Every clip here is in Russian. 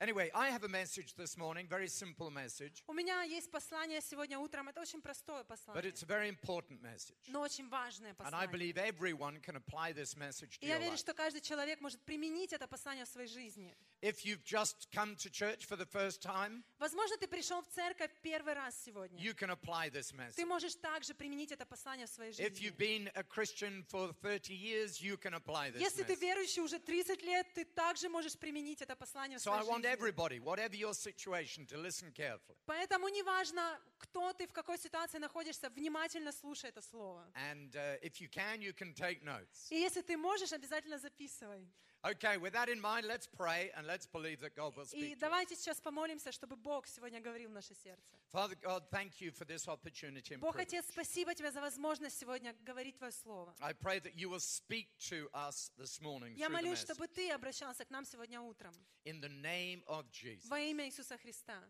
Anyway, I have a message this morning, very simple message, У меня есть послание сегодня утром. Это очень простое but послание, it's a very important message. но очень важное And I послание. believe everyone can apply this message to И я your верю, life. что каждый человек может применить это послание в своей жизни. If you've just come to church for the first time, Возможно, ты пришел в церковь первый раз сегодня. you can apply this Ты message. можешь также применить это послание в своей If you've жизни. been a Christian for 30 years, you can apply this Если ты message. верующий уже 30 лет, ты также можешь применить это послание в So I своей want жизни. everybody, whatever your situation, to listen carefully Поэтому неважно, кто ты, в какой ситуации находишься, внимательно слушай это слово. and uh, if you can, you can take notes. И если ты можешь, обязательно записывай. Okay, with that in mind, let's pray and let's believe that God will И speak. to us. давайте сейчас помолимся, чтобы Бог сегодня говорил в наше сердце. Father God, thank you for this opportunity and Бог privilege. Отец, спасибо тебе за возможность сегодня говорить Твое Слово. I pray that you will speak to us this morning Я through the молюсь, message. чтобы Ты обращался к нам сегодня утром in the name of Jesus. во имя Иисуса Христа.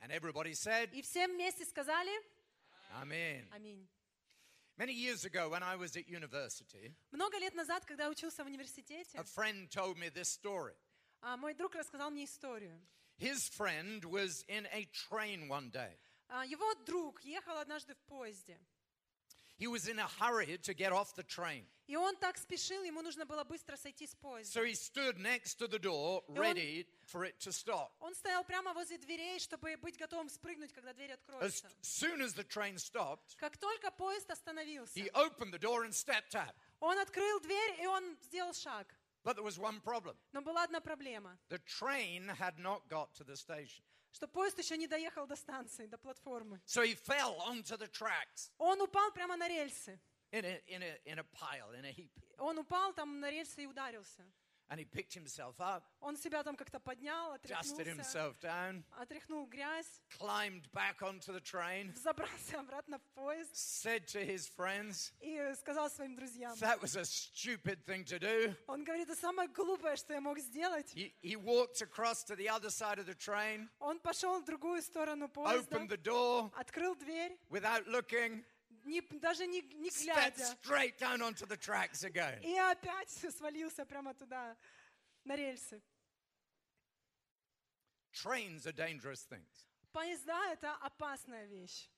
And everybody said, И все вместе сказали Amen. Аминь. Many years ago, when I was at university, Много лет назад, когда я учился в университете, a friend told me this story. а, мой друг рассказал мне историю. His friend was in a train one day. А, Его друг ехал однажды в поезде, He was in a hurry to get off the train. и он так спешил, ему нужно было быстро сойти с поезда. So he stood next to the door, on- ready for it to stop. Он стоял прямо возле дверей, чтобы быть готовым спрыгнуть, когда дверь As откроется. soon as the train stopped, Как только поезд остановился, he opened the door and stepped out. он открыл дверь, и он сделал шаг. But there was one problem Но была одна проблема, the train had not got to the station. что поезд еще не доехал до станции, до платформы. So he fell onto the tracks Он упал прямо на рельсы. in a, in a, in a pile, in a heap. Он упал там на рельсы и ударился. And he picked himself up, Он себя там как-то поднял, dusted отряхнулся, himself down, отряхнул грязь, climbed back onto the train, забрался обратно в поезд said to his friends, и сказал своим друзьям. That was a stupid thing to do. Он говорит, это самое глупое, что я мог сделать. He, he walked across to the other side of the train, Он пошел в другую сторону opened the поезда, door открыл дверь, without looking, не- даже не, не stepped глядя, straight down onto the tracks again. и опять свалился прямо туда, на рельсы. Trains are dangerous things. Поезда — это опасная вещь.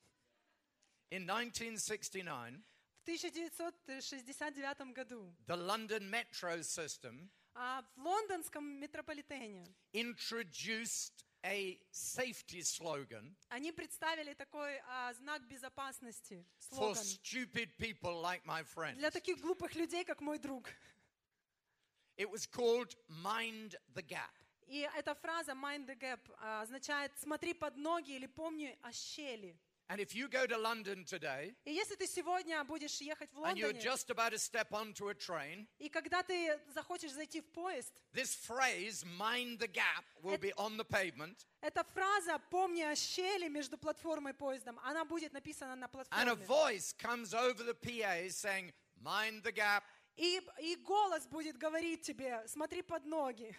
In 1969, В 1969 году the London metro system а, в лондонском метрополитене introduced a safety slogan они представили такой а, знак безопасности, for слоган, stupid people like my friend. для таких глупых людей, как мой друг. It was called Mind the Gap. И эта фраза «mind the gap» а, означает «смотри под ноги» или «помни о щели». And if you go to London today И если ты сегодня будешь ехать в and you're Лондоне, just about to step onto a train, и когда ты захочешь зайти в поезд, this phrase, Mind the Gap, will be on the pavement эта фраза «помни о щели» между платформой и поездом, она будет написана and на a платформе. voice comes over the PA saying, Mind the Gap. И, и голос будет говорить тебе, смотри под ноги.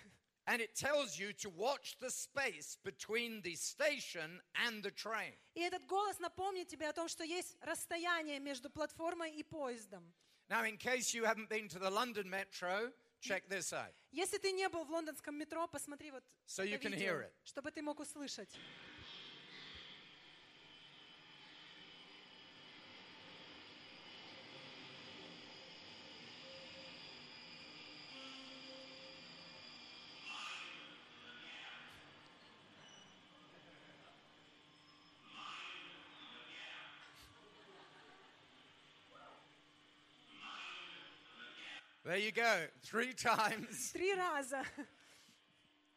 And it tells you to watch the space between the station and the train. И этот голос напомнит тебе о том, что есть расстояние между платформой и поеzdом. Now, in case you haven't been to the London Metro, check this out. Если ты не был в лондонском метро, посмотри вот So это you can видео, hear it. чтобы ты мог услышать. There you go. Three times. Три раза.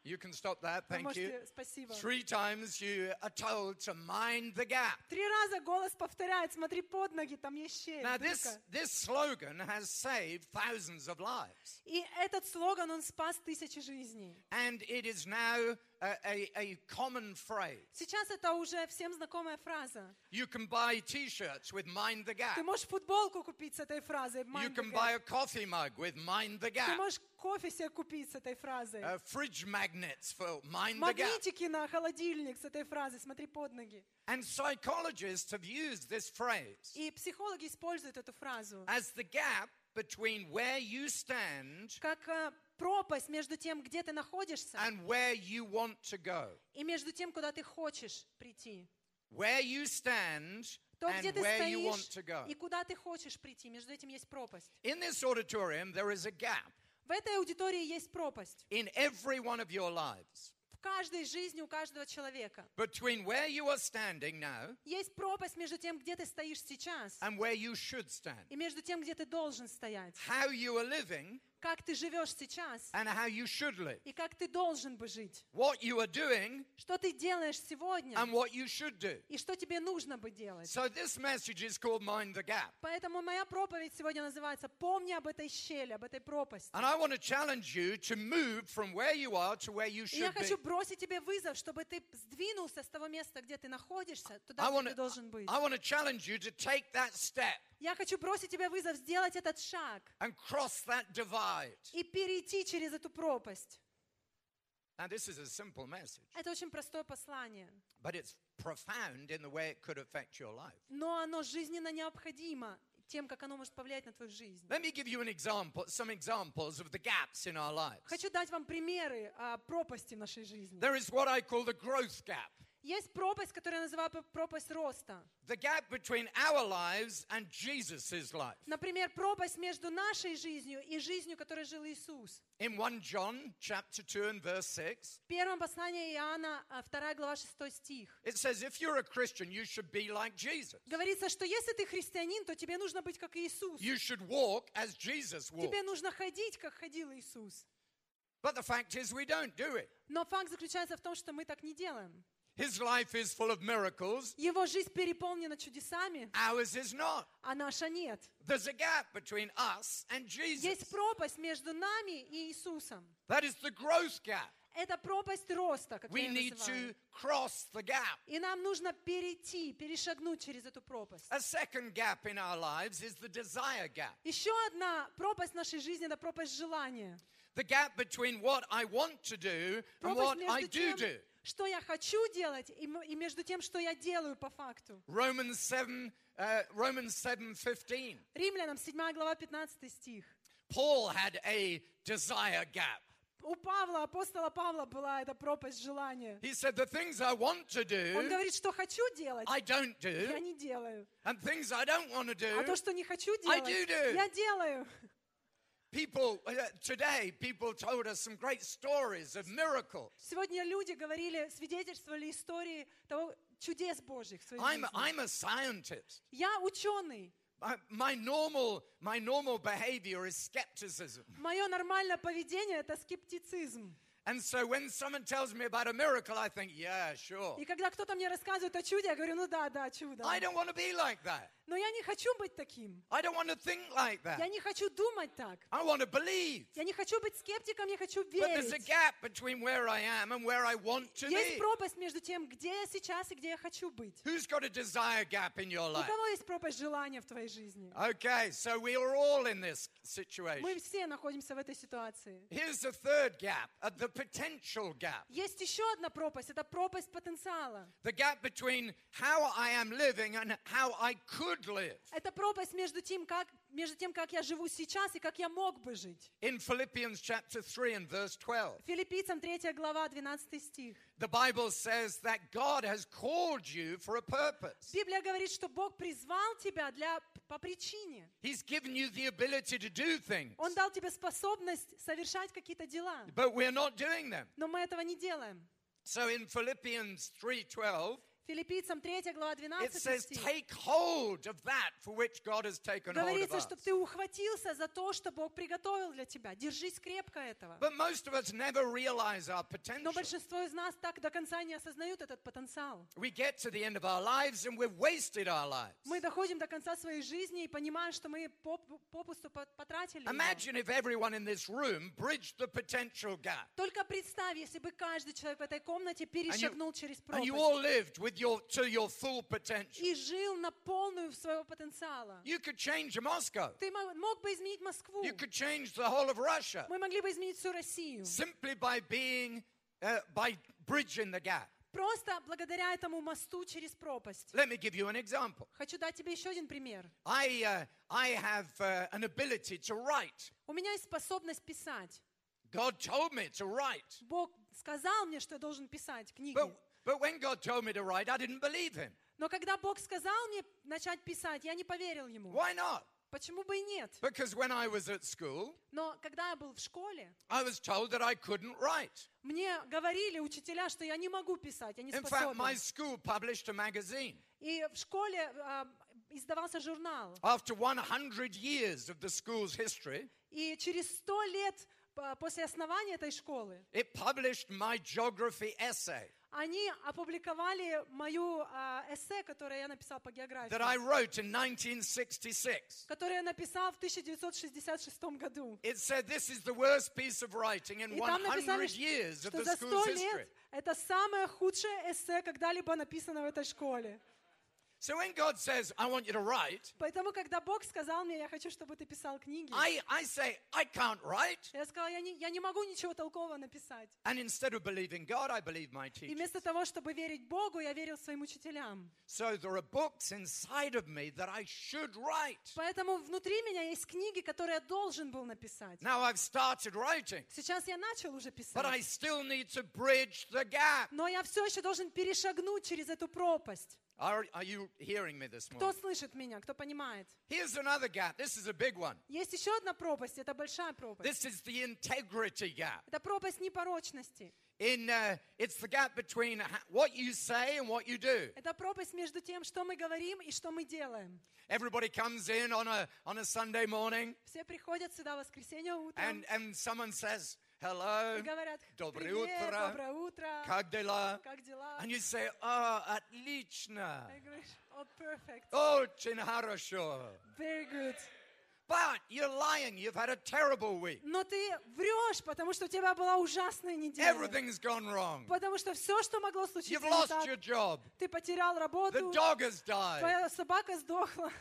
You can stop that. Вы Thank можете- you. Спасибо. Three times you are told to mind the gap. Три раза голос повторяет, смотри под ноги, там есть щель. Now, дырка». this, this slogan has saved thousands of lives, И этот слоган, он спас тысячи жизней. and it is now a, a, a common phrase. Сейчас это уже всем знакомая фраза. You can buy t shirts with mind the Ты gap, можешь футболку купить с этой фразой. А. you «Mind the can gap». buy a coffee mug with mind the Ты gap, можешь кофе себе купить с этой фразой. uh, fridge magnets for mind the gap. Магнитики на холодильник с этой фразой, смотри под ноги. And psychologists have used this phrase И психологи А используют эту фразу as the gap between where you stand как э, пропасть между тем, где ты находишься, and where you want to go. и между тем, куда ты хочешь прийти. Where you stand То, где and ты where you want стоишь to go. и куда ты хочешь прийти, между этим есть пропасть. In this auditorium, there is a gap В этой аудитории есть пропасть. in every one of your lives В каждой жизни у каждого человека. between where you are standing now Есть пропасть между тем, где ты стоишь сейчас, and where you should stand, и между тем, где ты должен стоять. how you are living Как ты живешь сейчас, and how you should live, и как ты должен бы жить. what you are doing Что ты делаешь сегодня, and what you should do. и что тебе нужно бы делать. So, this message is called Mind the Gap. Поэтому моя проповедь сегодня называется «Помни об этой щели, об этой пропасти». And I want to challenge you to move from where you are to where you И я should be. хочу бросить тебе вызов, чтобы ты сдвинулся с того места, где ты находишься, I туда, want где ты to, должен быть. I want to challenge you to take that step Я хочу бросить тебе вызов сделать этот шаг and cross that divide. и перейти через эту пропасть. Now, this is a simple message, Это очень простое послание, but it's profound in the way it could affect your life. но оно жизненно необходимо тем, как оно может повлиять на твою жизнь. Let me give you an example, some examples of the gaps in our lives. Хочу дать вам примеры а, пропасти в нашей жизни. There is what I call the growth gap, Есть пропасть, которую я называю п- пропасть роста. the gap between our lives and Jesus' life. Например, пропасть между нашей жизнью и жизнью, которой жил Иисус. In 1 John chapter 2 and verse 6, В первом послании Иоанна, 2 глава, 6 стих. it says, If you're a Christian, you should be like Jesus. Говорится, что если ты христианин, то тебе нужно быть как Иисус. You should walk as Jesus walked. Тебе нужно ходить, как ходил Иисус. But the fact is, we don't do it. Но факт заключается в том, что мы так не делаем. His life is full of miracles, Его жизнь переполнена чудесами, ours is not. а наша нет. There's a gap between us and Jesus. Есть пропасть между нами и Иисусом. That is the growth gap. Это пропасть роста, как We я ее need называю. to cross the gap. И нам нужно перейти, перешагнуть через эту пропасть. A second gap in our lives is the desire gap. Еще одна пропасть нашей жизни – это пропасть желания. The gap between what I want to do and Пропасть what I между do тем, do. что я хочу делать, и, м- и между тем, что я делаю по факту. Romans 7 uh, Romans 7:15. Римлянам 7 глава 15 стих. Paul had a desire gap. У Павла, апостола Павла была эта пропасть желания. He said the things I want to Он do говорит, что хочу делать, I don't do я не делаю. and things I don't want to А то, do что не хочу I делать, do do. я делаю. People uh, today, people told us some great stories of miracles. Сегодня люди говорили, свидетельствовали истории того чудес Божьих в своей I'm, жизни. I'm a scientist. Я ученый. My, my normal, my normal behavior is skepticism. Мое нормальное поведение – это скептицизм. And so when someone tells me about a miracle, I think, yeah, sure. И когда кто-то мне рассказывает о чуде, я говорю, ну да, да, чудо. I don't want to be like that. Но я не хочу быть таким. I don't want to think like that. Я не хочу думать так. I want to believe. Я не хочу быть скептиком, я хочу But there's a верить. gap between where I am and where I want to Есть be. пропасть между тем, где я сейчас и где я хочу быть. Who's got a desire gap in your У life? кого есть пропасть желания в твоей жизни? Okay, so we are all in this Мы situation. все находимся в этой ситуации. Here's the third gap, uh, the potential gap. Есть еще одна пропасть, это пропасть потенциала. The gap between how I am living and how I could live. Это пропасть между тем, как, между тем, как я живу сейчас и как я мог бы жить. In Philippians chapter 3 and verse 12, Филиппийцам 3 глава, 12 стих. the Bible says that God has called you for a purpose. Библия говорит, что Бог призвал тебя для, по причине. He's given you the ability to do things, Он дал тебе способность совершать какие-то дела. but we're not doing them. Но мы этого не делаем. So in Philippians 3:12, Филиппийцам 3 глава it 12 says стих. take hold of that for which God has taken hold of Говорится, us. чтобы ты ухватился за то, что Бог приготовил для тебя. Держись крепко этого. But most of us never realize our Но potential. большинство из нас так до конца не осознают этот потенциал. We get to the end of our lives and we've wasted our Мы lives. доходим до конца своей жизни и понимаем, что мы поп- попусту по- потратили его. Imagine if everyone in this room bridged the potential gap. Только представь, если бы каждый человек в этой комнате перешагнул через And you пропасть all lived with your to your full potential. и жил на полную своего потенциала. You could change Moscow. Ты мо- мог бы изменить Москву. You could change the whole of Russia Мы могли бы изменить всю Россию. simply by being uh, by bridging the gap. Просто благодаря этому мосту через пропасть. Let me give you an example. Хочу дать тебе еще один пример. I uh, I have uh, an ability to write. У меня есть способность писать. God told me to write. Бог сказал мне, что я должен писать книги. But, but when God told me to write, I didn't believe him. Но когда Бог сказал мне начать писать, я не поверил ему. Why not? Почему бы и нет? Because when I was at school, Но когда я был в школе, I was told that I couldn't write. мне говорили учителя, что я не могу писать, я не In fact, my способен. school published a magazine. И в школе а, издавался журнал. After 100 years of the school's history, И через сто лет а, после основания этой школы it published my geography essay они опубликовали мою а, эссе, которое я написал по that I географии, wrote in 1966. которое я написал в 1966 году. It said this is the worst piece of writing in И там написали, 100 ш- years of что the за сто school's history. лет это самое худшее эссе, когда-либо написано в этой школе. So when God says, I want you to write, Поэтому, когда Бог сказал мне, я хочу, чтобы ты писал книги, I, I say, I can't write. я сказала, я не, я не могу ничего толкового написать. And instead of believing God, I believe my И teacher. вместо того, чтобы верить Богу, я верил своим учителям. So there are books inside of me that I should write. Поэтому внутри меня есть книги, которые я должен был написать. Now I've started writing, Сейчас я начал уже писать. but I still need to bridge the gap. Но я все еще должен перешагнуть через эту пропасть. Are, are you hearing me this Кто morning? слышит меня, кто понимает? Here's another gap. This is a big one. Есть еще одна пропасть, это большая пропасть. This is the integrity gap. Это пропасть непорочности. In uh, it's the gap between ha- what you say and what you do. Это пропасть между тем, что мы говорим и что мы делаем. Everybody comes in on a on a Sunday morning, Все приходят сюда в воскресенье утром and and someone says hello, и говорят, Доброе привет, утро. доброе утро, как дела? как дела? And you say, oh, отлично, Ты говоришь, oh, perfect, очень хорошо. very good. But you're lying. You've had a terrible week. Но ты врешь, потому что у тебя была ужасная неделя. Everything's gone wrong. Потому что все, что могло случиться, You've не lost так. your job. ты потерял The работу, dog has died. твоя собака сдохла.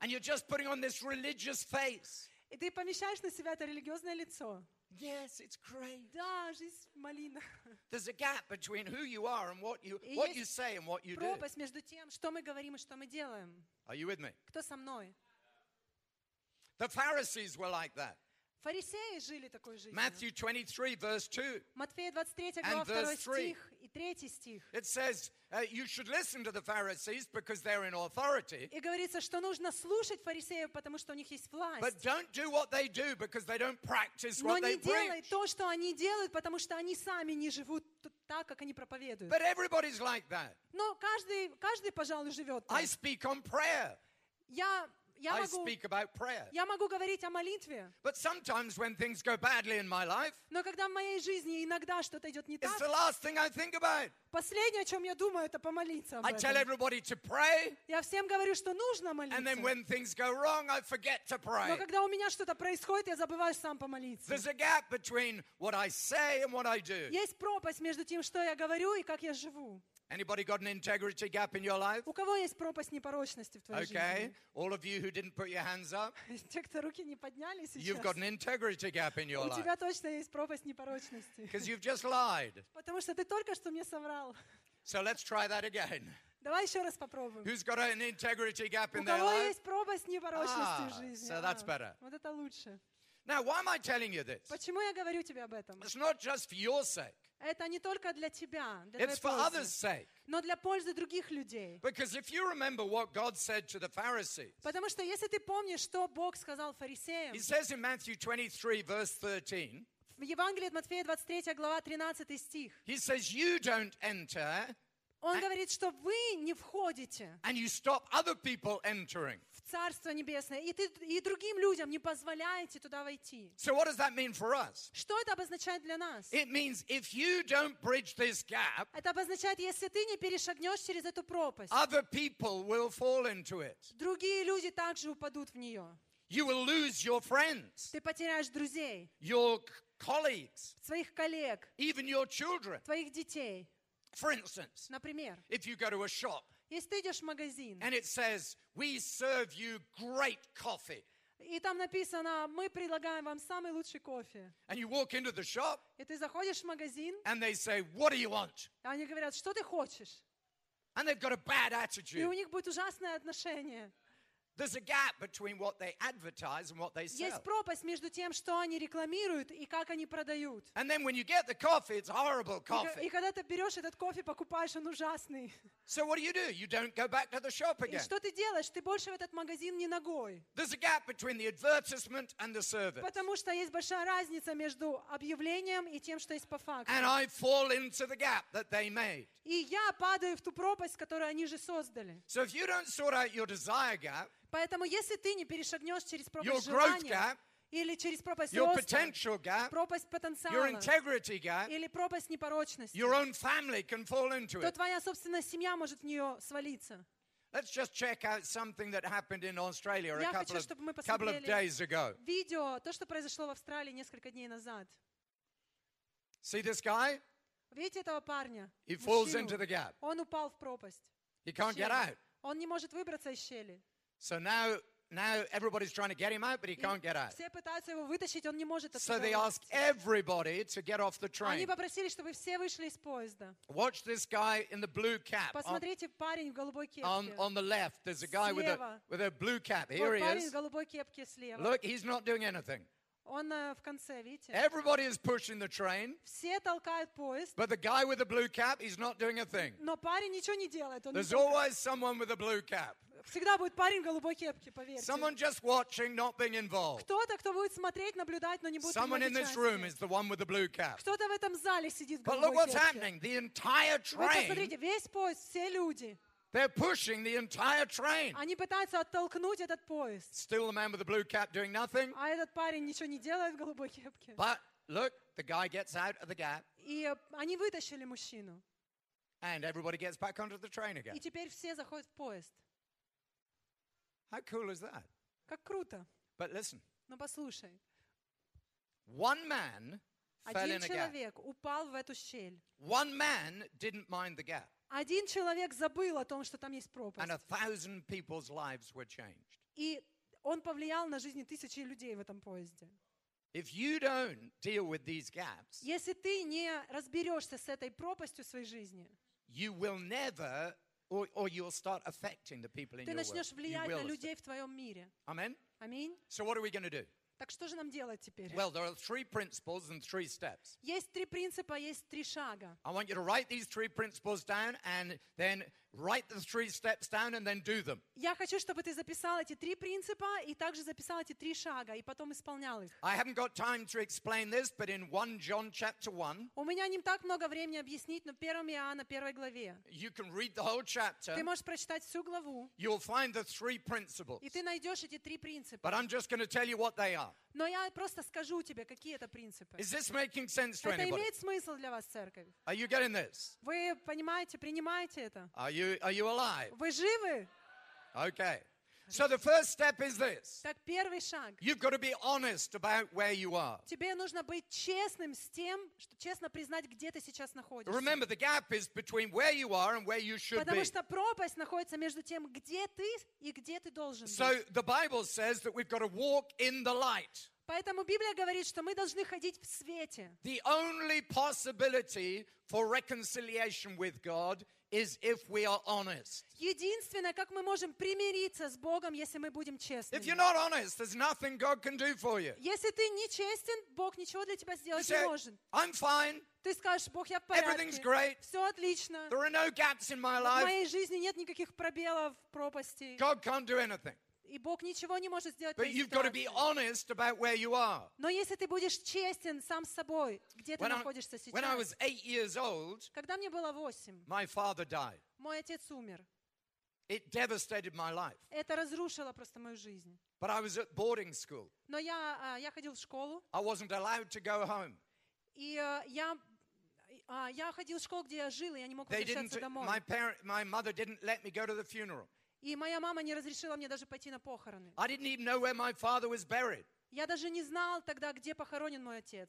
And you're just putting on this religious face. И ты помещаешь на себя это религиозное лицо. Yes, it's great. Да, жизнь малина. There's a gap between who you are and what you И what есть you say and what you do. Пропасть между тем, что мы говорим и что мы делаем. Are you with me? Кто со мной? The Pharisees were like that. Фарисеи жили такой жизнью. Matthew 23 verse 2. Матфея 23 And глава 2 verse three. стих и 3 стих. It says uh, you should listen to the Pharisees because they're in authority, И говорится, что нужно слушать фарисеев, потому что у них есть but власть. don't do what they do because they don't practice Но what they не делай preach. то, что они делают, потому что они сами не живут т- так, как они проповедуют. But everybody's like that. Но каждый, каждый, пожалуй, живет так. I speak on prayer. Я, я, I могу, speak about prayer. я могу говорить о молитве, But sometimes when things go badly in my life, но когда в моей жизни иногда что-то идет не it's так, the last thing I think about. Последнее, о чем я думаю, это помолиться об I tell этом. everybody to pray, Я всем говорю, что нужно and then молиться. when things go wrong, I forget to Но pray. когда у меня что-то происходит, я забываю сам помолиться. There's a gap between what I say and what I do. Есть пропасть между тем, что я говорю и как я живу. Anybody got an integrity gap in your life? У кого есть пропасть непорочности в твоей Okay. All of you who didn't put your hands up, жизни? Те, кто руки не подняли you've сейчас, got an integrity gap in your у life тебя точно есть пропасть непорочности. because you've just lied. Потому что ты только что мне соврал. So let's try that again. Давай еще раз попробуем. Who's got an integrity gap У in their кого life? есть пропасть непорочности в Ah, жизни? so that's А, better. Вот это лучше. Now, why am I telling you this? Почему я говорю тебе об этом? It's not just for your sake, Это не только для тебя, для it's for твоей пользы. others' sake. но для пользы других людей. Because if you remember what God said to the Pharisees, Потому что если ты помнишь, что Бог сказал фарисеям, He says in Matthew 23, verse 13, в Евангелии от Матфея 23 глава 13 стих, He says, You don't enter он А- говорит, что вы не входите and you stop other people entering. в Царство Небесное, и, ты, и другим людям не позволяете туда войти. So, what does that mean for us? Что это обозначает для нас? It means if you don't bridge this gap, Это обозначает, если ты не перешагнешь через эту пропасть, other people will fall into it. другие люди также упадут в нее. You will lose your friends, Ты потеряешь друзей, your c- colleagues, своих коллег, even your children. твоих детей. For instance, Например, if you go to a shop если ты идешь в магазин, and it says, We serve you great coffee, И там написано, мы предлагаем вам самый лучший кофе. and you walk into the shop И ты заходишь в магазин, and they say, What do you want? а они говорят, что ты хочешь? And they've got a bad И у attitude. них будет ужасное отношение. There's a gap between what they advertise and what they sell. Есть пропасть между тем, что они рекламируют и как они продают. And then when you get the coffee, it's horrible И ко- И coffee. когда ты берешь этот кофе, покупаешь, он ужасный. So what do you do? You don't go back to the shop И again. что ты делаешь? Ты больше в этот магазин не ногой. There's a gap between the advertisement and the service. Потому что есть большая разница между объявлением и тем, что есть по факту. And I fall into the gap that they made. И я падаю в ту пропасть, которую они же создали. So if you don't sort out your desire gap, Поэтому если ты не перешагнешь через пропасть Your growth желания gap, или через пропасть your роста, potential gap, пропасть your потенциала integrity gap, или пропасть непорочности, your own family can fall into то it. твоя собственная семья может в нее свалиться. Let's just check out something that happened in Australia a Я couple хочу, of, чтобы мы couple of посмотрели. days ago. Видео, то, что произошло в Австралии несколько дней назад. See this guy? Видите этого парня? He falls Мужчину? into the gap. Он упал в пропасть. He can't get Щели. out. Он не может выбраться из щели. So now, now everybody's trying to get him out, but he И can't get out. Все пытаются его вытащить, он не может So оттуда they ask выбраться. everybody to get off the train. Они попросили, чтобы все вышли из поезда. Watch this guy in the blue cap. On, Посмотрите, парень в голубой on, кепке. on the left, there's a guy with a, Слева. with a blue cap. Here Вот he парень в is. голубой кепке слева. Look, he's not doing anything. Он э, в конце, видите? Everybody is pushing the train, Все толкают поезд, but the guy with the blue cap, he's not doing a thing. но парень ничего не делает. Он не There's толкает. always someone with a blue cap. Всегда будет парень в голубой кепке, поверьте. Someone just watching, not being involved. Кто-то, кто будет смотреть, наблюдать, но не будет Someone in принимать this room участие. is the one with the blue cap. Кто-то в этом зале сидит в But look голубой what's кепке. happening. The entire Вы train, посмотрите, весь поезд, все люди, they're pushing the entire train. они пытаются оттолкнуть этот поезд. Still the man with the blue cap doing nothing. А этот парень ничего не делает в голубой кепке. But look, the guy gets out of the gap И э, они вытащили мужчину. and everybody gets back onto the train again. И теперь все заходят в поезд. How cool is that? Как круто. But listen, Но послушай, one man fell один in a gap. человек упал в эту щель. One man didn't mind the gap, Один человек забыл о том, что там есть and a пропасть. thousand people's lives were changed. И он повлиял на жизни тысячи людей в этом поезде. If you don't deal with these gaps, Если ты не разберешься с этой пропастью своей жизни, you will never, or, or you'll start affecting the people in ты your world. начнешь You влиять на will. людей в твоем мире. Amen? Аминь. So, what are we going to do? Так что же нам делать теперь? Well, there are three principles and three steps. Есть три принципа, есть три шага. I want you to write these three principles down and then write the three steps down and then do them. Я хочу, чтобы ты записал эти три принципа и также записал эти три шага и потом исполнял их. I haven't got time to explain this, but in 1 John chapter 1, У меня не так много времени объяснить, но 1 Иоанна, 1 главе. you can read the whole chapter. Ты можешь прочитать всю главу, You'll find the three principles. и ты найдешь эти три принципа. But I'm just going to tell you what they are. Но я просто скажу тебе, какие это принципы. Is this making sense to Это anybody? имеет смысл для вас, церковь? Are you getting this? Вы понимаете, принимаете это? Are you are you alive? Вы живы? Okay. So the first step is this. Так первый шаг. You've got to be honest about where you are. Тебе нужно быть честным с тем, что честно признать, где ты сейчас находишься. Remember the gap is between where you are and where you should Потому be. что пропасть находится между тем, где ты и где ты должен So быть. the Bible says that we've got to walk in the light. Поэтому Библия говорит, что мы должны ходить в свете. The only possibility for reconciliation with God is if we are honest. Единственное, как мы можем примириться с Богом, если мы будем честными. If you're not honest, there's nothing God can do for you. Если ты нечестен, Бог ничего для тебя You сделать say, не может. I'm fine. Ты скажешь, Бог, я в Everything's порядке, great. все отлично, There are no gaps in my в life. моей жизни нет никаких пробелов, пропастей, God can't do anything. и Bог ничего не может сделать. в But твоей you've got to ситуации. be honest about where you are. Но если ты будешь честен сам с собой, где ты When I, находишься when I сейчас, was eight years old, когда мне было восемь, my father died. мой отец умер. It devastated my life. Это разрушило просто мою жизнь. But I was at boarding school. Но я, а, я ходил в школу, I wasn't allowed to go home. и э, я, а, я ходил в школу, где я жил, и я не мог They didn't. возвращаться домой. My parent, my mother didn't let me go to the funeral. И моя мама не разрешила мне даже пойти на похороны. I didn't even know where my father was buried. Я даже не знал тогда, где похоронен мой отец.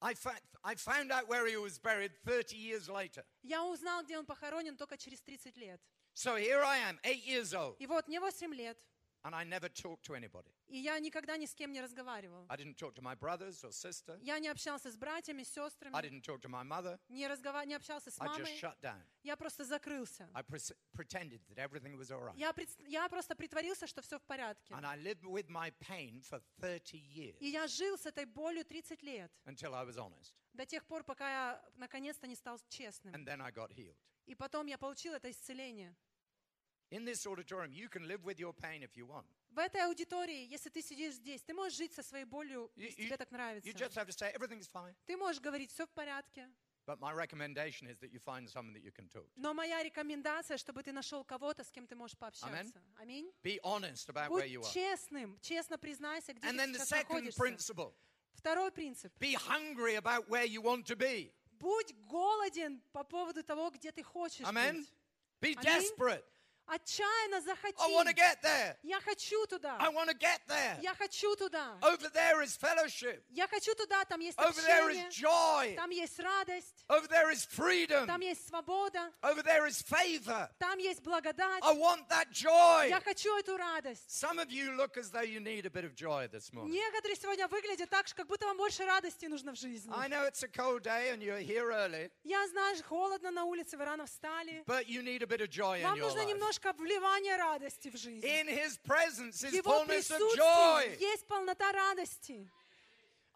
I, fa- I found out where he was buried 30 years later. Я узнал, где он похоронен только через 30 лет. So here I am, eight years old. И вот мне 8 лет. and I never talked to anybody. И я никогда ни с кем не разговаривал. I didn't talk to my brothers or sister. Я не общался с братьями, с I сестрами, didn't talk to my mother. не, разгова... не общался с I just мамой. shut down. Я просто закрылся. I pres pretended that everything was all right. Я, пред- я просто притворился, что все в порядке. And I lived with my pain for 30 И years я жил с этой болью 30 лет, until I was honest. до тех пор, пока я наконец-то не стал честным. And then I got healed. И потом я получил это исцеление. In this auditorium, you can live with your pain if you want. В этой аудитории, если ты сидишь здесь, ты можешь жить со своей болью, You- если тебе так нравится. You just have to say everything's fine. Ты можешь говорить, все в порядке. But my recommendation is that you find someone that you can talk to. Но моя рекомендация, чтобы ты нашел кого-то, с кем ты можешь пообщаться. Аминь. Be honest about where you Будь are. честным, честно признайся, где And ты then the сейчас second находишься. principle Второй принцип. be hungry about where you want to be. Будь голоден по поводу того, где ты хочешь Amen? быть. Be Amen. desperate. Отчаянно I want to захоти. get there. Я хочу I туда. want to get there. Я хочу туда. Over there is fellowship. Я хочу туда. Там есть Over there is общение. joy. Там есть радость. Over there is freedom. Там есть свобода. Over there is favor. Там есть благодать. I want that joy. Я хочу эту радость. Some of you look as though you need a bit of joy this morning. Некоторые сегодня выглядят так, как будто вам больше радости нужно в жизни. I know it's a cold day and you're here early, Я, знаешь, холодно на улице, вы рано встали. but you need a bit of joy in Вам your нужно life. немножко вливания радости в жизнь. In His presence В is Его fullness of присутствии joy. есть полнота радости.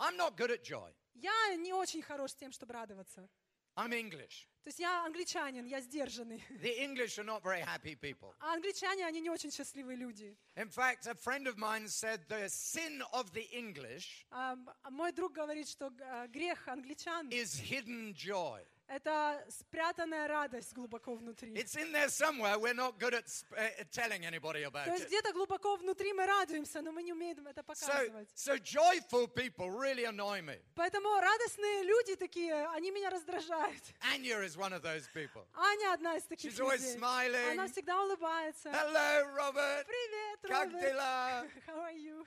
I'm not good at joy. Я не очень хорош тем, чтобы радоваться. I'm English. То есть я англичанин, я сдержанный. The English are not very happy people. А англичане, они не очень счастливые люди. In fact, a friend of mine said the sin of the English А, м- а мой друг говорит, что э, грех англичан is hidden joy. это спрятанная радость глубоко внутри. It's in there somewhere. We're not good at sp- uh, at telling anybody about То есть it. где-то глубоко внутри мы радуемся, но мы не умеем это So, показывать. so joyful people really annoy me. Поэтому радостные люди такие, они меня раздражают. Anya is one of those people. Аня одна из таких She's always людей. smiling. Она всегда улыбается. Hello, Robert. Привет, Как Роберт. дела? How are you?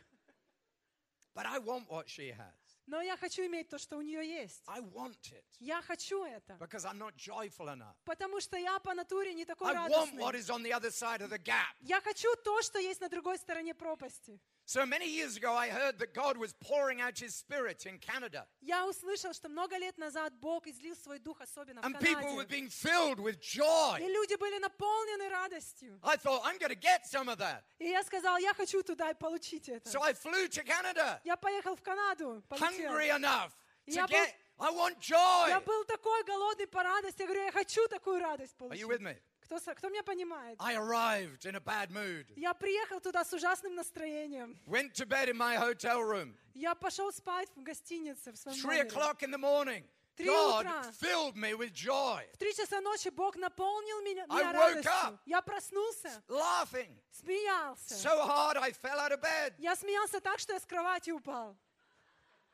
But I want what she has. Но я хочу иметь то, что у нее есть. I want it Я хочу это. because I'm not joyful enough. Потому что я по натуре не такой I want what радостный. is on the other side of the gap. Я хочу то, что есть на другой стороне пропасти. So many years ago, I heard that God was pouring out His Spirit in Canada, Я услышал, что много лет назад Бог излил свой дух, особенно в and people were Канаде. being filled with joy. И люди были наполнены радостью. I thought, I'm going to get some of that. И я сказал, я хочу туда и получить это. So I flew to Canada, Я поехал в Канаду. полетел. hungry enough to Я был- get. I want joy. Я был такой голодный по радости. Я говорю, я хочу такую радость Are получить. you with me? Кто, со- кто меня понимает? I arrived in a bad mood, Я приехал туда с ужасным настроением. went to bed in my hotel room, Я пошел спать в гостинице в своем three номере. o'clock in the morning. Три God утра. filled me with joy, В три часа ночи Бог наполнил меня, I меня woke up. радостью. Я проснулся, laughing смеялся. so hard I fell out of bed. Я смеялся так, что я с кровати упал.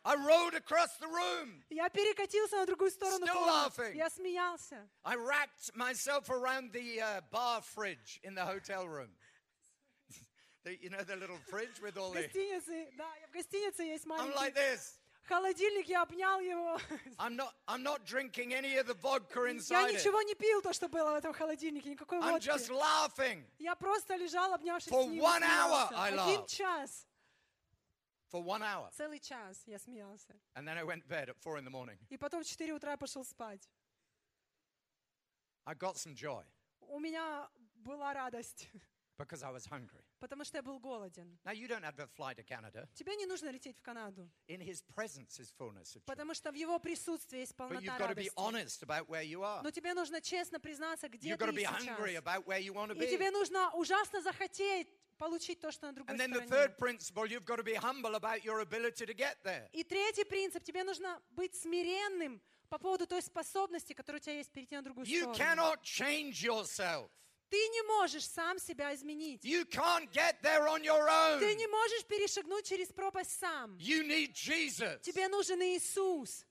I rolled across the room. Я перекатился на другую сторону Still комнаты. laughing. Я смеялся. I wrapped myself around the uh, bar fridge in the hotel room. the, you know the little fridge with all В the. гостинице, да, я в гостинице есть I'm маленький like this. холодильник, я обнял его. I'm not. I'm not drinking any of the vodka Я inside it. ничего не пил, то, что было в этом холодильнике, никакой I'm водки. just laughing Я просто лежал, обнявшись For с ним, и one hour смеялся. I Один laughed. час, for one hour, целый час я смеялся. and then I went to bed at four in the morning. И потом в 4 утра я пошел спать. I got some joy У меня была радость, because I was hungry. потому что я был голоден. Now you don't have to fly to Canada. Тебе не нужно лететь в Канаду, In His presence is fullness of joy. потому что в его присутствии есть But полнота you've got to be радости. honest about where you are. Но тебе нужно честно признаться, где You've got ты to be hungry сейчас. about where you want to И be. тебе нужно ужасно захотеть получить то, что на другой And then the стороне. third principle, you've got to be humble about your ability to get there. И третий принцип, тебе нужно быть смиренным по поводу той способности, которая у тебя есть перейти на другую You сторону. cannot change yourself. Ты не можешь сам себя изменить. You can't get there on your own. Ты не можешь перешагнуть через пропасть сам. You need Jesus. Тебе нужен Иисус.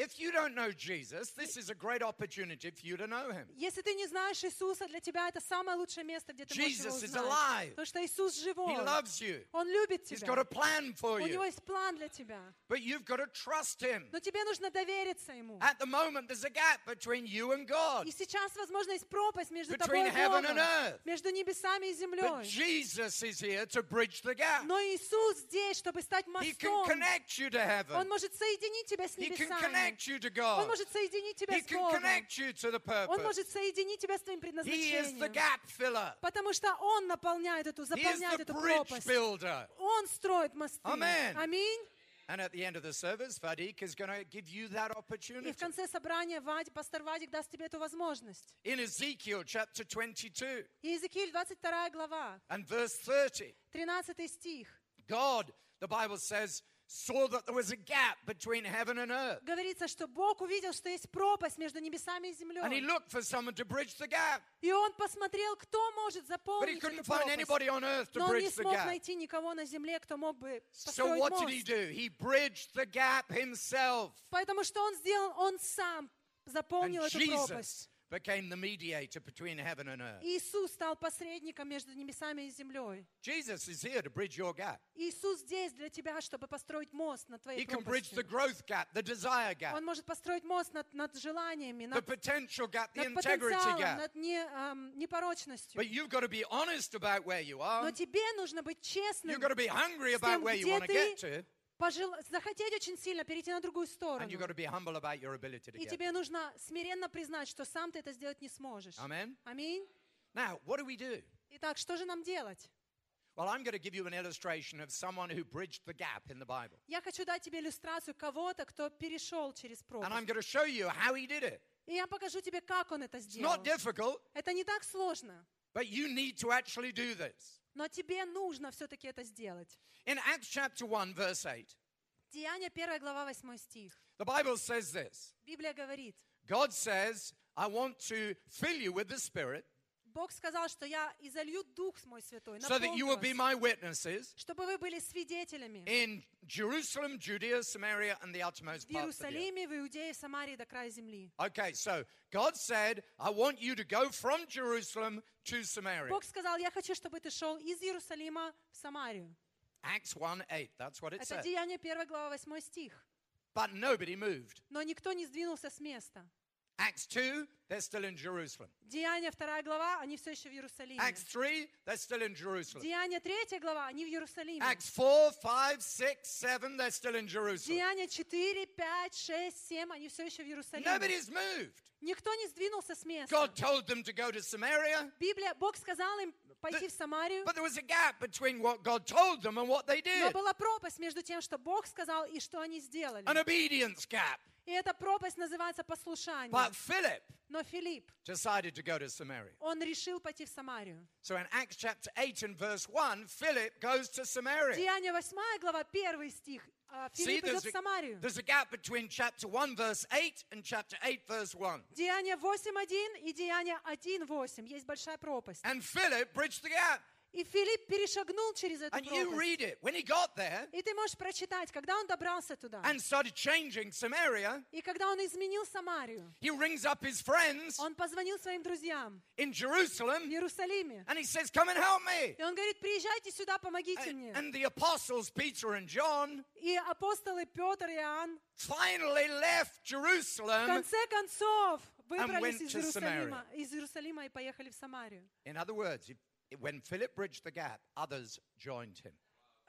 If you don't know Jesus, this is a great opportunity for you to know him. Если ты не знаешь Иисуса, для тебя это самое лучшее место, где ты можешь его Jesus is узнать. alive. Потому что Иисус He живой. loves you. Он любит He's тебя. got a plan for У него you. есть план для тебя. But you've got to trust him. Но тебе нужно довериться ему. At the moment, there's a gap between you and God. И сейчас, возможно, есть пропасть между Between тобой и heaven Богом, and earth. между небесами и But землей. Jesus is here to bridge the gap. Но Иисус здесь, чтобы стать He can мостом. connect you to Он heaven. может соединить тебя с He can небесами. connect you to Он God. может соединить тебя He с can Богом. connect you to the Он purpose. может соединить тебя с твоим He is the предназначением. gap filler. Потому что Он наполняет эту, He is заполняет the эту bridge пропасть. builder. Он строит мосты. Amen. Аминь. And at the end of the service, Vadik is going to give you that И в opportunity. конце собрания Вадь, пастор Вадик даст тебе эту возможность. In Ezekiel chapter 22 Иезекииль, 22 глава, and verse 30, 13 стих. God, the Bible says, saw that there was a gap between heaven and earth. Говорится, что Бог увидел, что есть пропасть между небесами и And he землей. looked for someone to bridge the gap. И он посмотрел, кто может But he заполнить эту couldn't find пропасть. anybody on earth to Но он не bridge the смог gap. найти никого на земле, кто мог бы So построить what did he мост. do? He bridged the gap himself. Поэтому что он сделал? Он сам And заполнил эту Jesus пропасть. became the mediator between heaven and earth. Иисус стал посредником между небесами и землей. Jesus is here to bridge your gap. Иисус здесь для тебя, чтобы построить мост над He твоей can bridge the пропастью. growth gap, the desire gap, Он может построить мост над, над желаниями, the над, potential gap, the над integrity потенциалом, gap. над не, ам, непорочностью. But you've got to be honest about where you Но are. тебе нужно быть You've честным, got to be hungry about тем, where you где want to ты, get to. пожел- захотеть очень сильно перейти на другую And you've got сторону. to be humble about your ability to И get тебе нужно смиренно признать, что сам ты это сделать не сможешь. there. Amen? Аминь. Now, what do we do? Итак, что же нам делать? Well, I'm going to give you an illustration of someone who bridged the gap in the Bible. Я хочу дать тебе иллюстрацию кого-то, кто перешел через And пропасть. I'm going to show you how he did it. И я покажу тебе, как он это It's сделал. not difficult, Это не так сложно, but you need to actually do this. но тебе нужно все-таки это сделать. In Acts chapter 1, verse 8, Деяние 1 глава 8 стих. the Bible says this Библия говорит, God says, I want to fill you with the Spirit Бог сказал, что я изолью Дух мой Святой, so that наполню you will be вас, my witnesses чтобы вы были свидетелями in Jerusalem, Judea, Samaria, and the uttermost в parts of the earth. Иерусалиме, в Иудее, в Самарии до края земли. Okay, so God said, I want you to go from Jerusalem to Samaria. Бог сказал, я хочу, чтобы ты шел из Иерусалима в Самарию. Acts 1 8, that's what it Это said. Деяние 1 глава 8 стих. But nobody moved. Но никто не сдвинулся с места. Acts 2, they're still in Jerusalem. Деяние 2 глава, они все еще в Иерусалиме. Acts 3, they're still in Jerusalem. Деяние 3 глава, они в Иерусалиме. Acts 4, 5, 6, 7, they're still in Jerusalem. Деяния 4, 5, 6, 7, они все еще в Иерусалиме. Nobody's moved. Никто не сдвинулся с места. God told them to go to Samaria, Библия, Бог сказал им пойти The- в Самарию, but there was a gap between what God told them and what they но did была пропасть между тем, что Bог сказал и что они сделали. an obedience gap. И эта пропасть называется послушание. But Philip Но Филипп, decided to go to Samaria. он решил пойти в Самарию. So in Acts chapter 8 and verse 1, Philip goes to Samaria. Деяние 8 глава, 1 стих. А, See, Филипп идет there's в a, Самарию. there's a gap between chapter 1, verse 8, and chapter 8, verse 1. Деяние 8.1 и Деяние 1.8. Есть большая пропасть. And Philip bridged the gap. И Филипп перешагнул через эту And you пропасть. read it. When he got there И ты можешь прочитать, когда он добрался туда. and started changing Samaria, И когда он изменил Самарию, he rings up his friends он позвонил своим друзьям in в Jerusalem Иерусалиме. and he says, Come and help me. И он говорит, приезжайте сюда, помогите And, мне. and the apostles, Peter and John, И апостолы Петр и Иоанн finally left в Jerusalem. конце концов went выбрались из to Иерусалима, из Иерусалима и поехали в Самарию. In other words, if- when Philip bridged the gap, others joined him.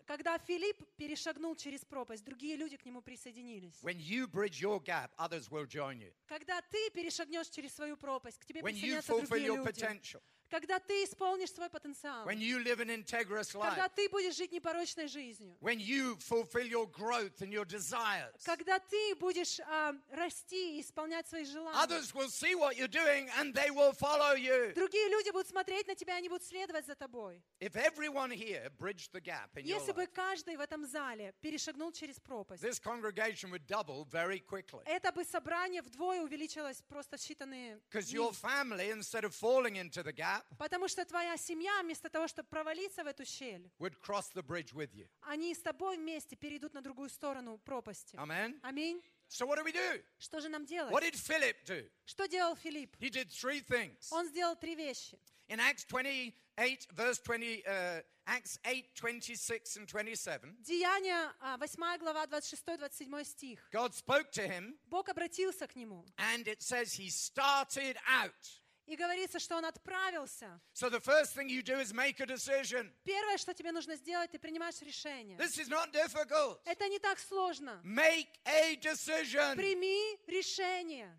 Когда Филипп перешагнул через пропасть, другие люди к нему присоединились. When you bridge your gap, others will join you. Когда ты перешагнешь через свою пропасть, к тебе When you присоединятся fulfill другие your люди. potential, Когда ты исполнишь свой потенциал, when you live an integrous life, Oh. когда ты будешь жить непорочной жизнью, when you fulfill your growth and your desires, когда ты будешь а, расти и исполнять свои желания. others will see what you're doing and they will follow you. Другие люди будут смотреть на тебя, они будут следовать за тобой. If everyone here bridged the gap in your Если бы life, каждый в этом зале перешагнул через пропасть, this congregation would double very quickly. это бы собрание вдвое увеличилось просто в считанные Because дни. your family, instead of falling into the gap, Потому что твоя семья, вместо того, чтобы провалиться в эту щель, would cross the bridge with you. они с тобой вместе перейдут на другую сторону пропасти. Amen? Аминь. So what do we do? Что же нам What делать? did Philip do? Что делал Филипп? He did three things. Он сделал три вещи. In Acts 28, verse 20, uh, Acts 8, 26 and 27, Деяния, а, 8 глава, 26-27 стих. God spoke to him Бог обратился к нему. and it says he started out. И говорится, что он отправился. So the first thing you do is make a decision. Первое, что тебе нужно сделать, ты принимаешь решение. This is not difficult. Это не так сложно. Make a decision. Прими решение.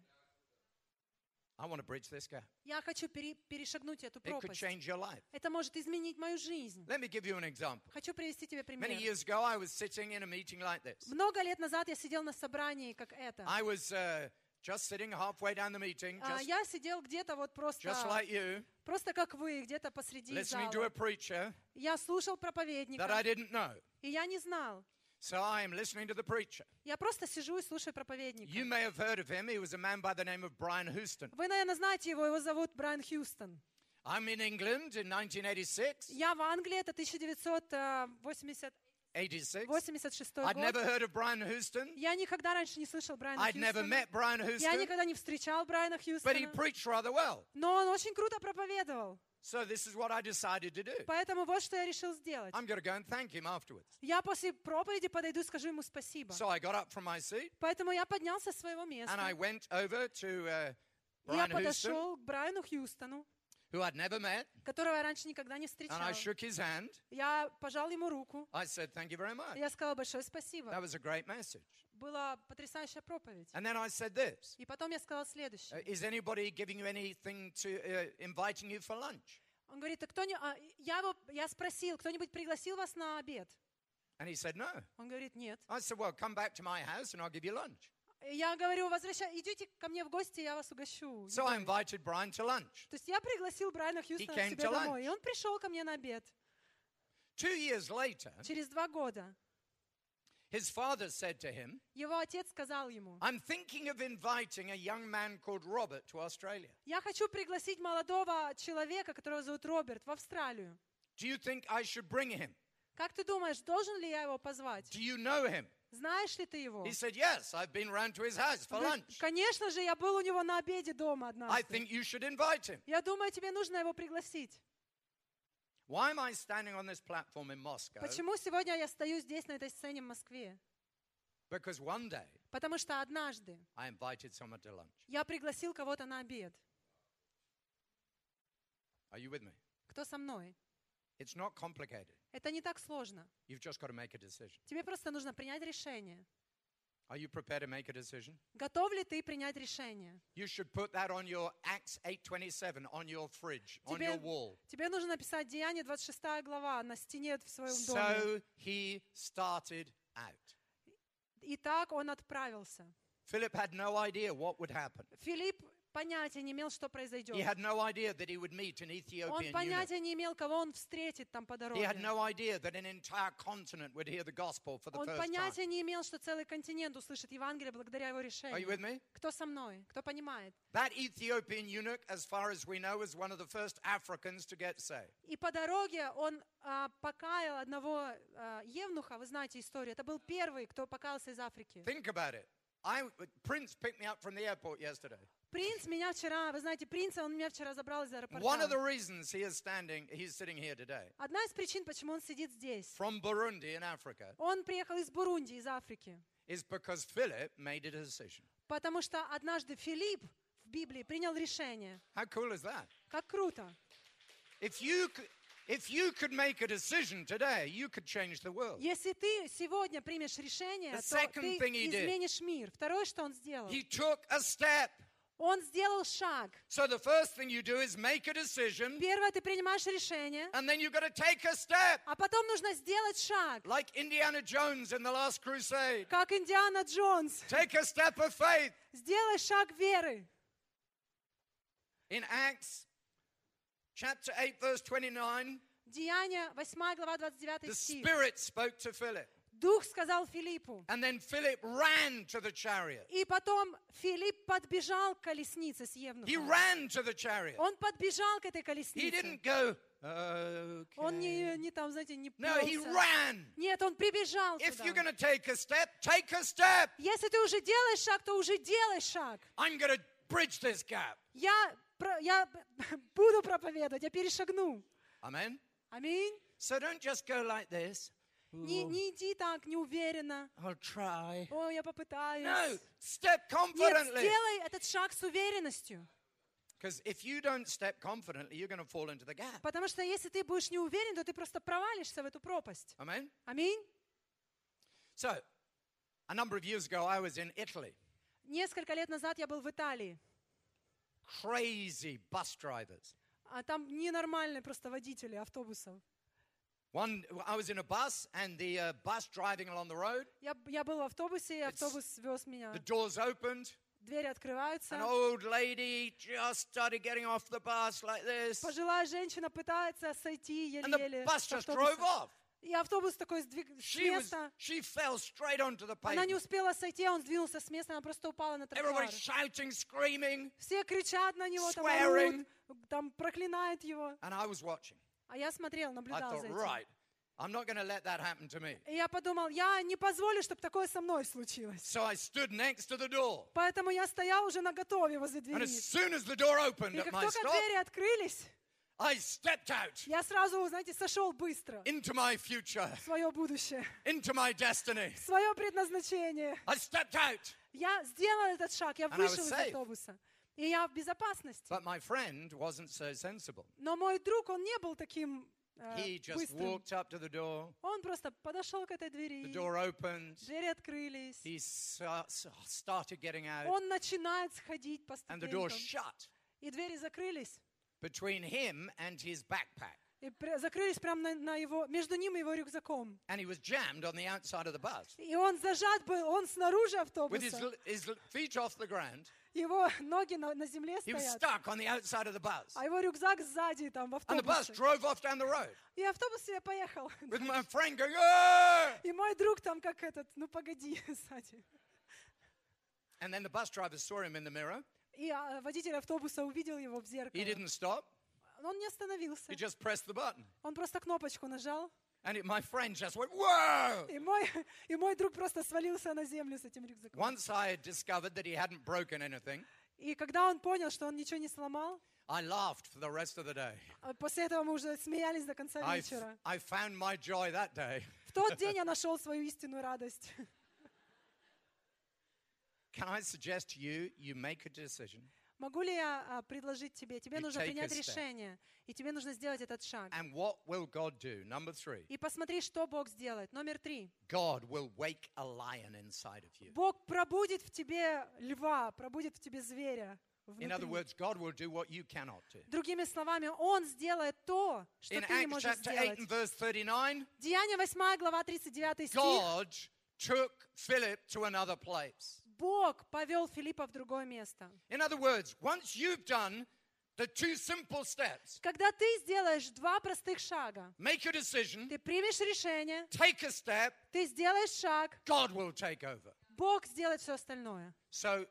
I want to bridge this gap. Я хочу пере- перешагнуть эту It could пропасть. change your life. Это может изменить мою жизнь. Let me give you an example. Хочу привести тебе Many пример. years ago, I was sitting in a meeting like this. Много лет назад я сидел на собрании, как это. I was uh, just sitting halfway down the meeting, А, just, я сидел где-то вот просто, just like you, просто как вы, где-то посреди listening to a зала. preacher Я слушал that I проповедника, didn't know. и я не знал. So I am listening to the preacher. Я просто сижу и слушаю проповедника. You may have heard of him. He was a man by the name of Brian Houston. Вы, наверное, знаете его, его зовут Брайан Хьюстон. I'm in England in 1986. Я в Англии, это 1980 86. 86 I'd never год. heard of Brian Houston. Я никогда раньше не слышал Брайана I'd never Хьюстона. met Brian Я Houston, никогда не встречал Брайана but he Хьюстона. preached rather well. Но он очень круто проповедовал. So this is what I decided to do. Поэтому вот что я решил сделать. I'm going to go and thank him afterwards. Я после проповеди подойду и скажу ему спасибо. So I got up from my seat Поэтому я поднялся с своего and I места. went over to uh, И я Brian Houston, подошел к Брайану Хьюстону, who I'd never met, которого я раньше никогда не and I встречал. shook his hand. Я пожал ему руку. I said, Thank you very much. Я сказала большое спасибо. That was a great message. Была потрясающая проповедь. And then I said this И потом я сказала uh, следующее. Is anybody giving you anything to uh, inviting you for lunch? Он говорит, «А кто не... а, я, его, я спросил, кто-нибудь пригласил вас на обед? And he said, No. Он говорит, нет. I said, Well, come back to my house and I'll give you lunch. И Я говорю, возвращай, идите ко мне в гости, я вас угощу. So I invited Brian to lunch. То есть я пригласил Брайана Хьюстона came к себе to lunch. домой, и он пришел ко мне на обед. Two years later, Через два года his father said to him, его отец сказал ему, I'm thinking of inviting a young man called Robert to Australia. я хочу пригласить молодого человека, которого зовут Роберт, в Австралию. Do you think I should bring him? Как ты думаешь, должен ли я его позвать? Do you know him? Знаешь ли ты его? He said, Yes, I've been round to his house for Он говорит, lunch. Конечно же, я был у него на обеде дома I однажды. think you should invite him. Я думаю, тебе нужно его пригласить. Why am I standing on this platform in Moscow? Почему сегодня я стою здесь, на этой сцене в Москве? Because one day Потому что однажды I invited someone to lunch. я пригласил кого-то на обед. Are you with me? Кто со мной? It's not complicated. Это не так сложно. You've just got to make a decision. Тебе просто нужно принять решение. Are you prepared to make a decision? Готов ли ты принять решение? You should put that on your Acts 8:27 on your fridge, on your Тебе, wall. тебе нужно написать Деяние 26 глава на стене в своем доме. So he started out. И так он отправился. Philip had no idea what would happen. Филипп понятия не имел, что произойдет. He had no idea that he would meet an Он Ethiopian eunuch. понятия не имел, кого он встретит там по He had дороге. no idea that an entire continent would hear the gospel for the Он first time. понятия не имел, что целый континент услышит Евангелие благодаря его Are you with решению. me? Кто со мной? Кто понимает? That Ethiopian eunuch, as far as we know, was one of the first Africans to get saved. И по дороге он а, покаял одного а, евнуха, вы знаете историю, это был первый, кто покаялся из Африки. Think about it. I, Prince picked me up from the airport yesterday. Принц меня вчера, вы знаете, принца, он меня вчера забрал из аэропорта. One of the reasons he is standing, he's sitting here today, Одна из причин, почему он сидит здесь. from Burundi in Africa, Он приехал из Бурунди, из Африки. is because Philip made a decision. Потому что однажды Филипп в Библии принял решение. How cool is that? Как круто. If you could, if you could make a decision today, you could change the world. Если ты сегодня примешь решение, The то second ты thing he did. изменишь мир. Второе, что он сделал. He took a step. Он сделал шаг. So the first thing you do is make a decision, Первое, ты принимаешь решение, and then you've got to take a step, а потом нужно сделать шаг. like Indiana Jones in the Last Crusade. Как Индиана Джонс. Take a step of faith. Сделай шаг веры. In Acts chapter 8, verse 29, Деяние 8 глава the 29 стих. Spirit spoke to Philip. Дух сказал Филиппу. And then Philip ran to the chariot. И потом Филипп подбежал к колеснице с He Евнухом. ran to the chariot. Он подбежал к He этой колеснице. didn't go, okay. Он не, не там, знаете, не No, he плелся. ran. Нет, он прибежал If туда. you're going to take a step, take a step. Если ты уже делаешь шаг, то уже делай шаг. I'm going to bridge this gap. Я, про- я буду проповедовать, я перешагну. Amen. Аминь. So don't just go like this. Не, не иди так неуверенно. I'll try. О, я попытаюсь. No, step Нет, confidently. сделай этот шаг с уверенностью. Because if you don't step confidently, you're going to fall into the gap. Потому что если ты будешь не уверен, то ты просто провалишься в эту пропасть. Amen. Аминь. So, a number of years ago, I was in Italy. Несколько лет назад я был в Италии. Crazy bus drivers. А там ненормальные просто водители автобусов. One, I was in a bus, and the uh, bus driving along the road, Я, я был в автобусе, и автобус вез меня. the doors opened. Двери открываются. An old lady just started getting off the bus like this, Пожилая женщина пытается сойти and the еле-еле bus с just drove автобуса. off. И автобус такой сдвиг... с She was, места. she fell straight onto the Она не pavement. успела сойти, а он сдвинулся с места, она просто упала на тротуар. Everybody shouting, screaming, Все кричат на него, там, swearing. орут, там проклинают его. and I was watching. А я смотрел, I наблюдал thought, за этим. right, I'm not going to let that happen to me. И я подумал, я не позволю, чтобы такое со мной случилось. So I stood next to the door, Поэтому я стоял уже на готове возле and двери. as soon as the door opened И at как my только stop, двери открылись, I stepped out я сразу, знаете, сошел быстро into my future, в свое будущее, into my destiny. в свое предназначение. I stepped out. Я сделал этот шаг, я I вышел was из safe. автобуса. И я в безопасности. But my friend wasn't so sensible. Но мой друг, он не был таким э, He just быстрым. walked up to the door. Он просто подошел к этой The двери, door opened. двери открылись, He sa- sa- started getting out, он начинает сходить по and the door ступенькам, shut и двери закрылись, between him and his backpack. и пр- закрылись прямо на, на его, между ним и его рюкзаком. And he was jammed on the outside of the bus И он зажат был, он снаружи with his, автобуса, l- his l- feet off the ground. его ноги на, на земле He was стоят, stuck on the outside of the bus. а его рюкзак сзади там в And the bus автобусе. drove off down the road И автобус себе поехал. with my friend going, "Ah!" И мой друг там как этот, ну погоди, сзади. And then the bus driver saw him in the mirror. И а, водитель автобуса увидел его в He зеркало. didn't stop, Но Он не остановился. he just pressed the button. Он просто кнопочку нажал. And it, my friend just went, Whoa! И мой, и мой друг просто свалился на землю с этим рюкзаком. Once I had discovered that he hadn't broken anything, И когда он понял, что он ничего не сломал, I laughed for the rest of the day. а после этого мы уже смеялись до конца I, f- вечера. I found my joy that day. В тот день я нашел свою истинную радость. Can I suggest to you, you make a decision Могу ли я а, предложить тебе? Тебе You нужно take a принять step. решение, и тебе нужно сделать этот шаг. and what will God do? Number three, И посмотри, что Бог сделает. Номер три. God will wake a lion inside of you. Бог пробудет в тебе льва, пробудет в тебе зверя. In other внутри. words, God will do what you cannot do. Другими словами, Он сделает то, что In ты не Acts можешь chapter 8 сделать. and verse 39, Деяние 8, глава 39 стих. God took Philip to another place. Бог повел Филиппа в другое место. In other words, once you've done the two simple steps, Когда ты сделаешь два простых шага, make a decision, ты примешь решение, take a step, ты сделаешь шаг, God will take over. Бог сделает все остальное. So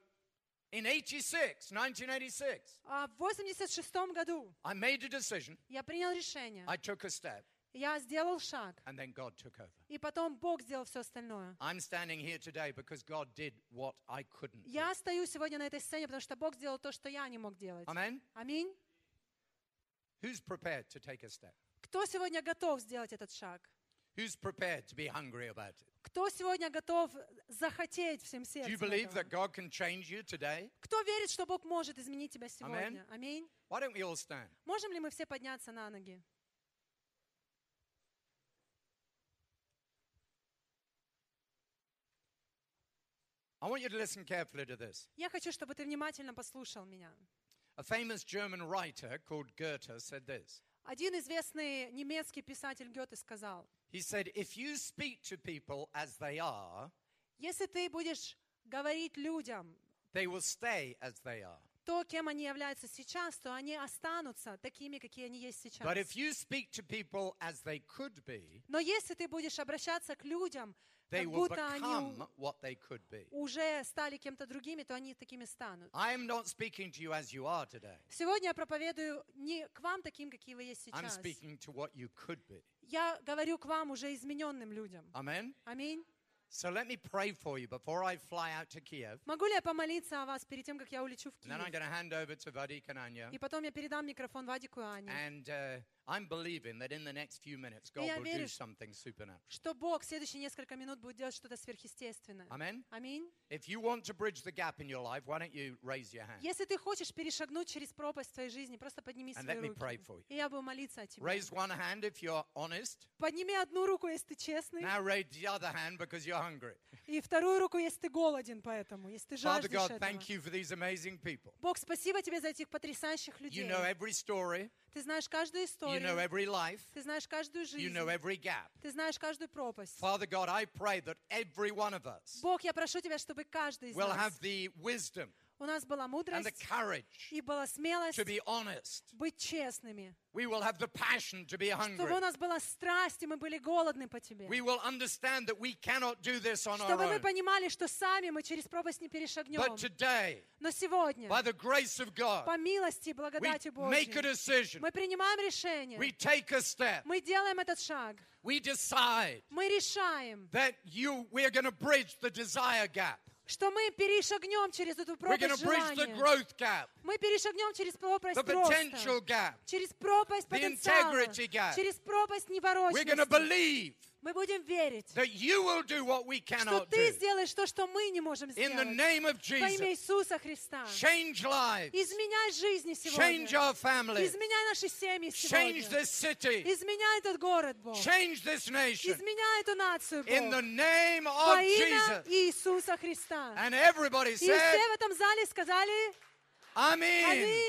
in 86, 1986, А в 86 году I made a decision, я принял решение, I took a step, я сделал шаг, and then God took over. и потом Бог сделал все остальное. I'm standing here today because God did what I couldn't. do. Я стою сегодня на этой сцене, потому что Бог сделал то, что я не мог делать. Amen. Аминь. Who's prepared to take a step? Кто сегодня готов сделать этот шаг? Who's prepared to be hungry about it? Кто сегодня готов захотеть всем Do you сердцем? believe этого? that God can change you today? Кто верит, что Бог может изменить тебя сегодня? Аминь. Why don't we all stand? Можем ли мы все подняться на ноги? I want you to listen carefully to this. Я хочу, чтобы ты внимательно послушал меня. A famous German writer called Goethe said this. Один известный немецкий писатель Гёте сказал, He said, If you speak to people as they are, если ты будешь говорить людям, they will stay as they are. то, кем они являются сейчас, то они останутся такими, какие они есть сейчас. But if you speak to people as they could be, Но если ты будешь обращаться к людям, they как will будто они become what they could be. у- уже стали кем-то другими, то они такими станут. I am not speaking to you as you are today. Сегодня я проповедую не к вам таким, какие вы есть I'm сейчас. speaking to what you could be. Я говорю к вам уже измененным людям. Amen? Аминь. So let me pray for you before I fly out to Kiev. Могу ли я помолиться о вас перед тем, как я улечу в And then I'm Киев? going to hand over to Vadik and Anya. И потом я передам микрофон Вадику и Ане. And uh, I'm believing that in the next few minutes, God Я will do верю, что- something supernatural. Что Бог в следующие несколько минут будет делать что-то сверхъестественное. Amen? Аминь. If you want to bridge the gap in your life, why don't you raise your hand? Если ты хочешь перешагнуть через пропасть в твоей жизни, просто подними And свои let me pray руки. for you. И я буду молиться о тебе. Raise one hand if you're honest. Подними одну руку, если ты честный, Now raise the other hand because you're hungry. и вторую руку, если ты голоден, поэтому, если ты Father жаждешь God, этого. thank you for these amazing people. Бог, спасибо тебе за этих потрясающих людей. You know every story, Ты знаешь каждую you историю, know every life, ты знаешь каждую жизнь, you know every gap. ты знаешь каждую пропасть. Father God, I pray that every one of us Бог, я прошу тебя, чтобы каждый из will нас, have the wisdom у нас была and the мудрость courage и была смелость to be honest. быть честными. We will have the passion to be hungry. Чтобы у нас была страсть, и мы были голодны по тебе. We will understand that we cannot do this on our Чтобы мы own. понимали, что сами мы через пропасть не But перешагнем. today, Но сегодня, by the grace of God, по милости и we благодати make a Божьей, decision. мы принимаем решение. We take a step. Мы делаем этот шаг. We decide Мы решаем, that you we're going to bridge the desire gap. что мы перешагнем через эту We're пропасть going to bridge the желания. growth gap, Мы перешагнем через пропасть the potential роста. gap. Через пропасть the потенциала. integrity gap. Через пропасть We're going to неворочности. believe Мы будем верить, that you will do what we что cannot ты do. сделаешь то, что мы не можем In the сделать. name of Во имя Jesus, Иисуса Христа. change lives, Изменяй жизни change сегодня. our families, Изменяй наши семьи change сегодня. this city, Изменяй этот город, Бог. change this nation. Изменяй эту нацию, In the Бог. name of Во имя Jesus. Иисуса Христа. And everybody И said, все в этом зале сказали Amen. «Аминь».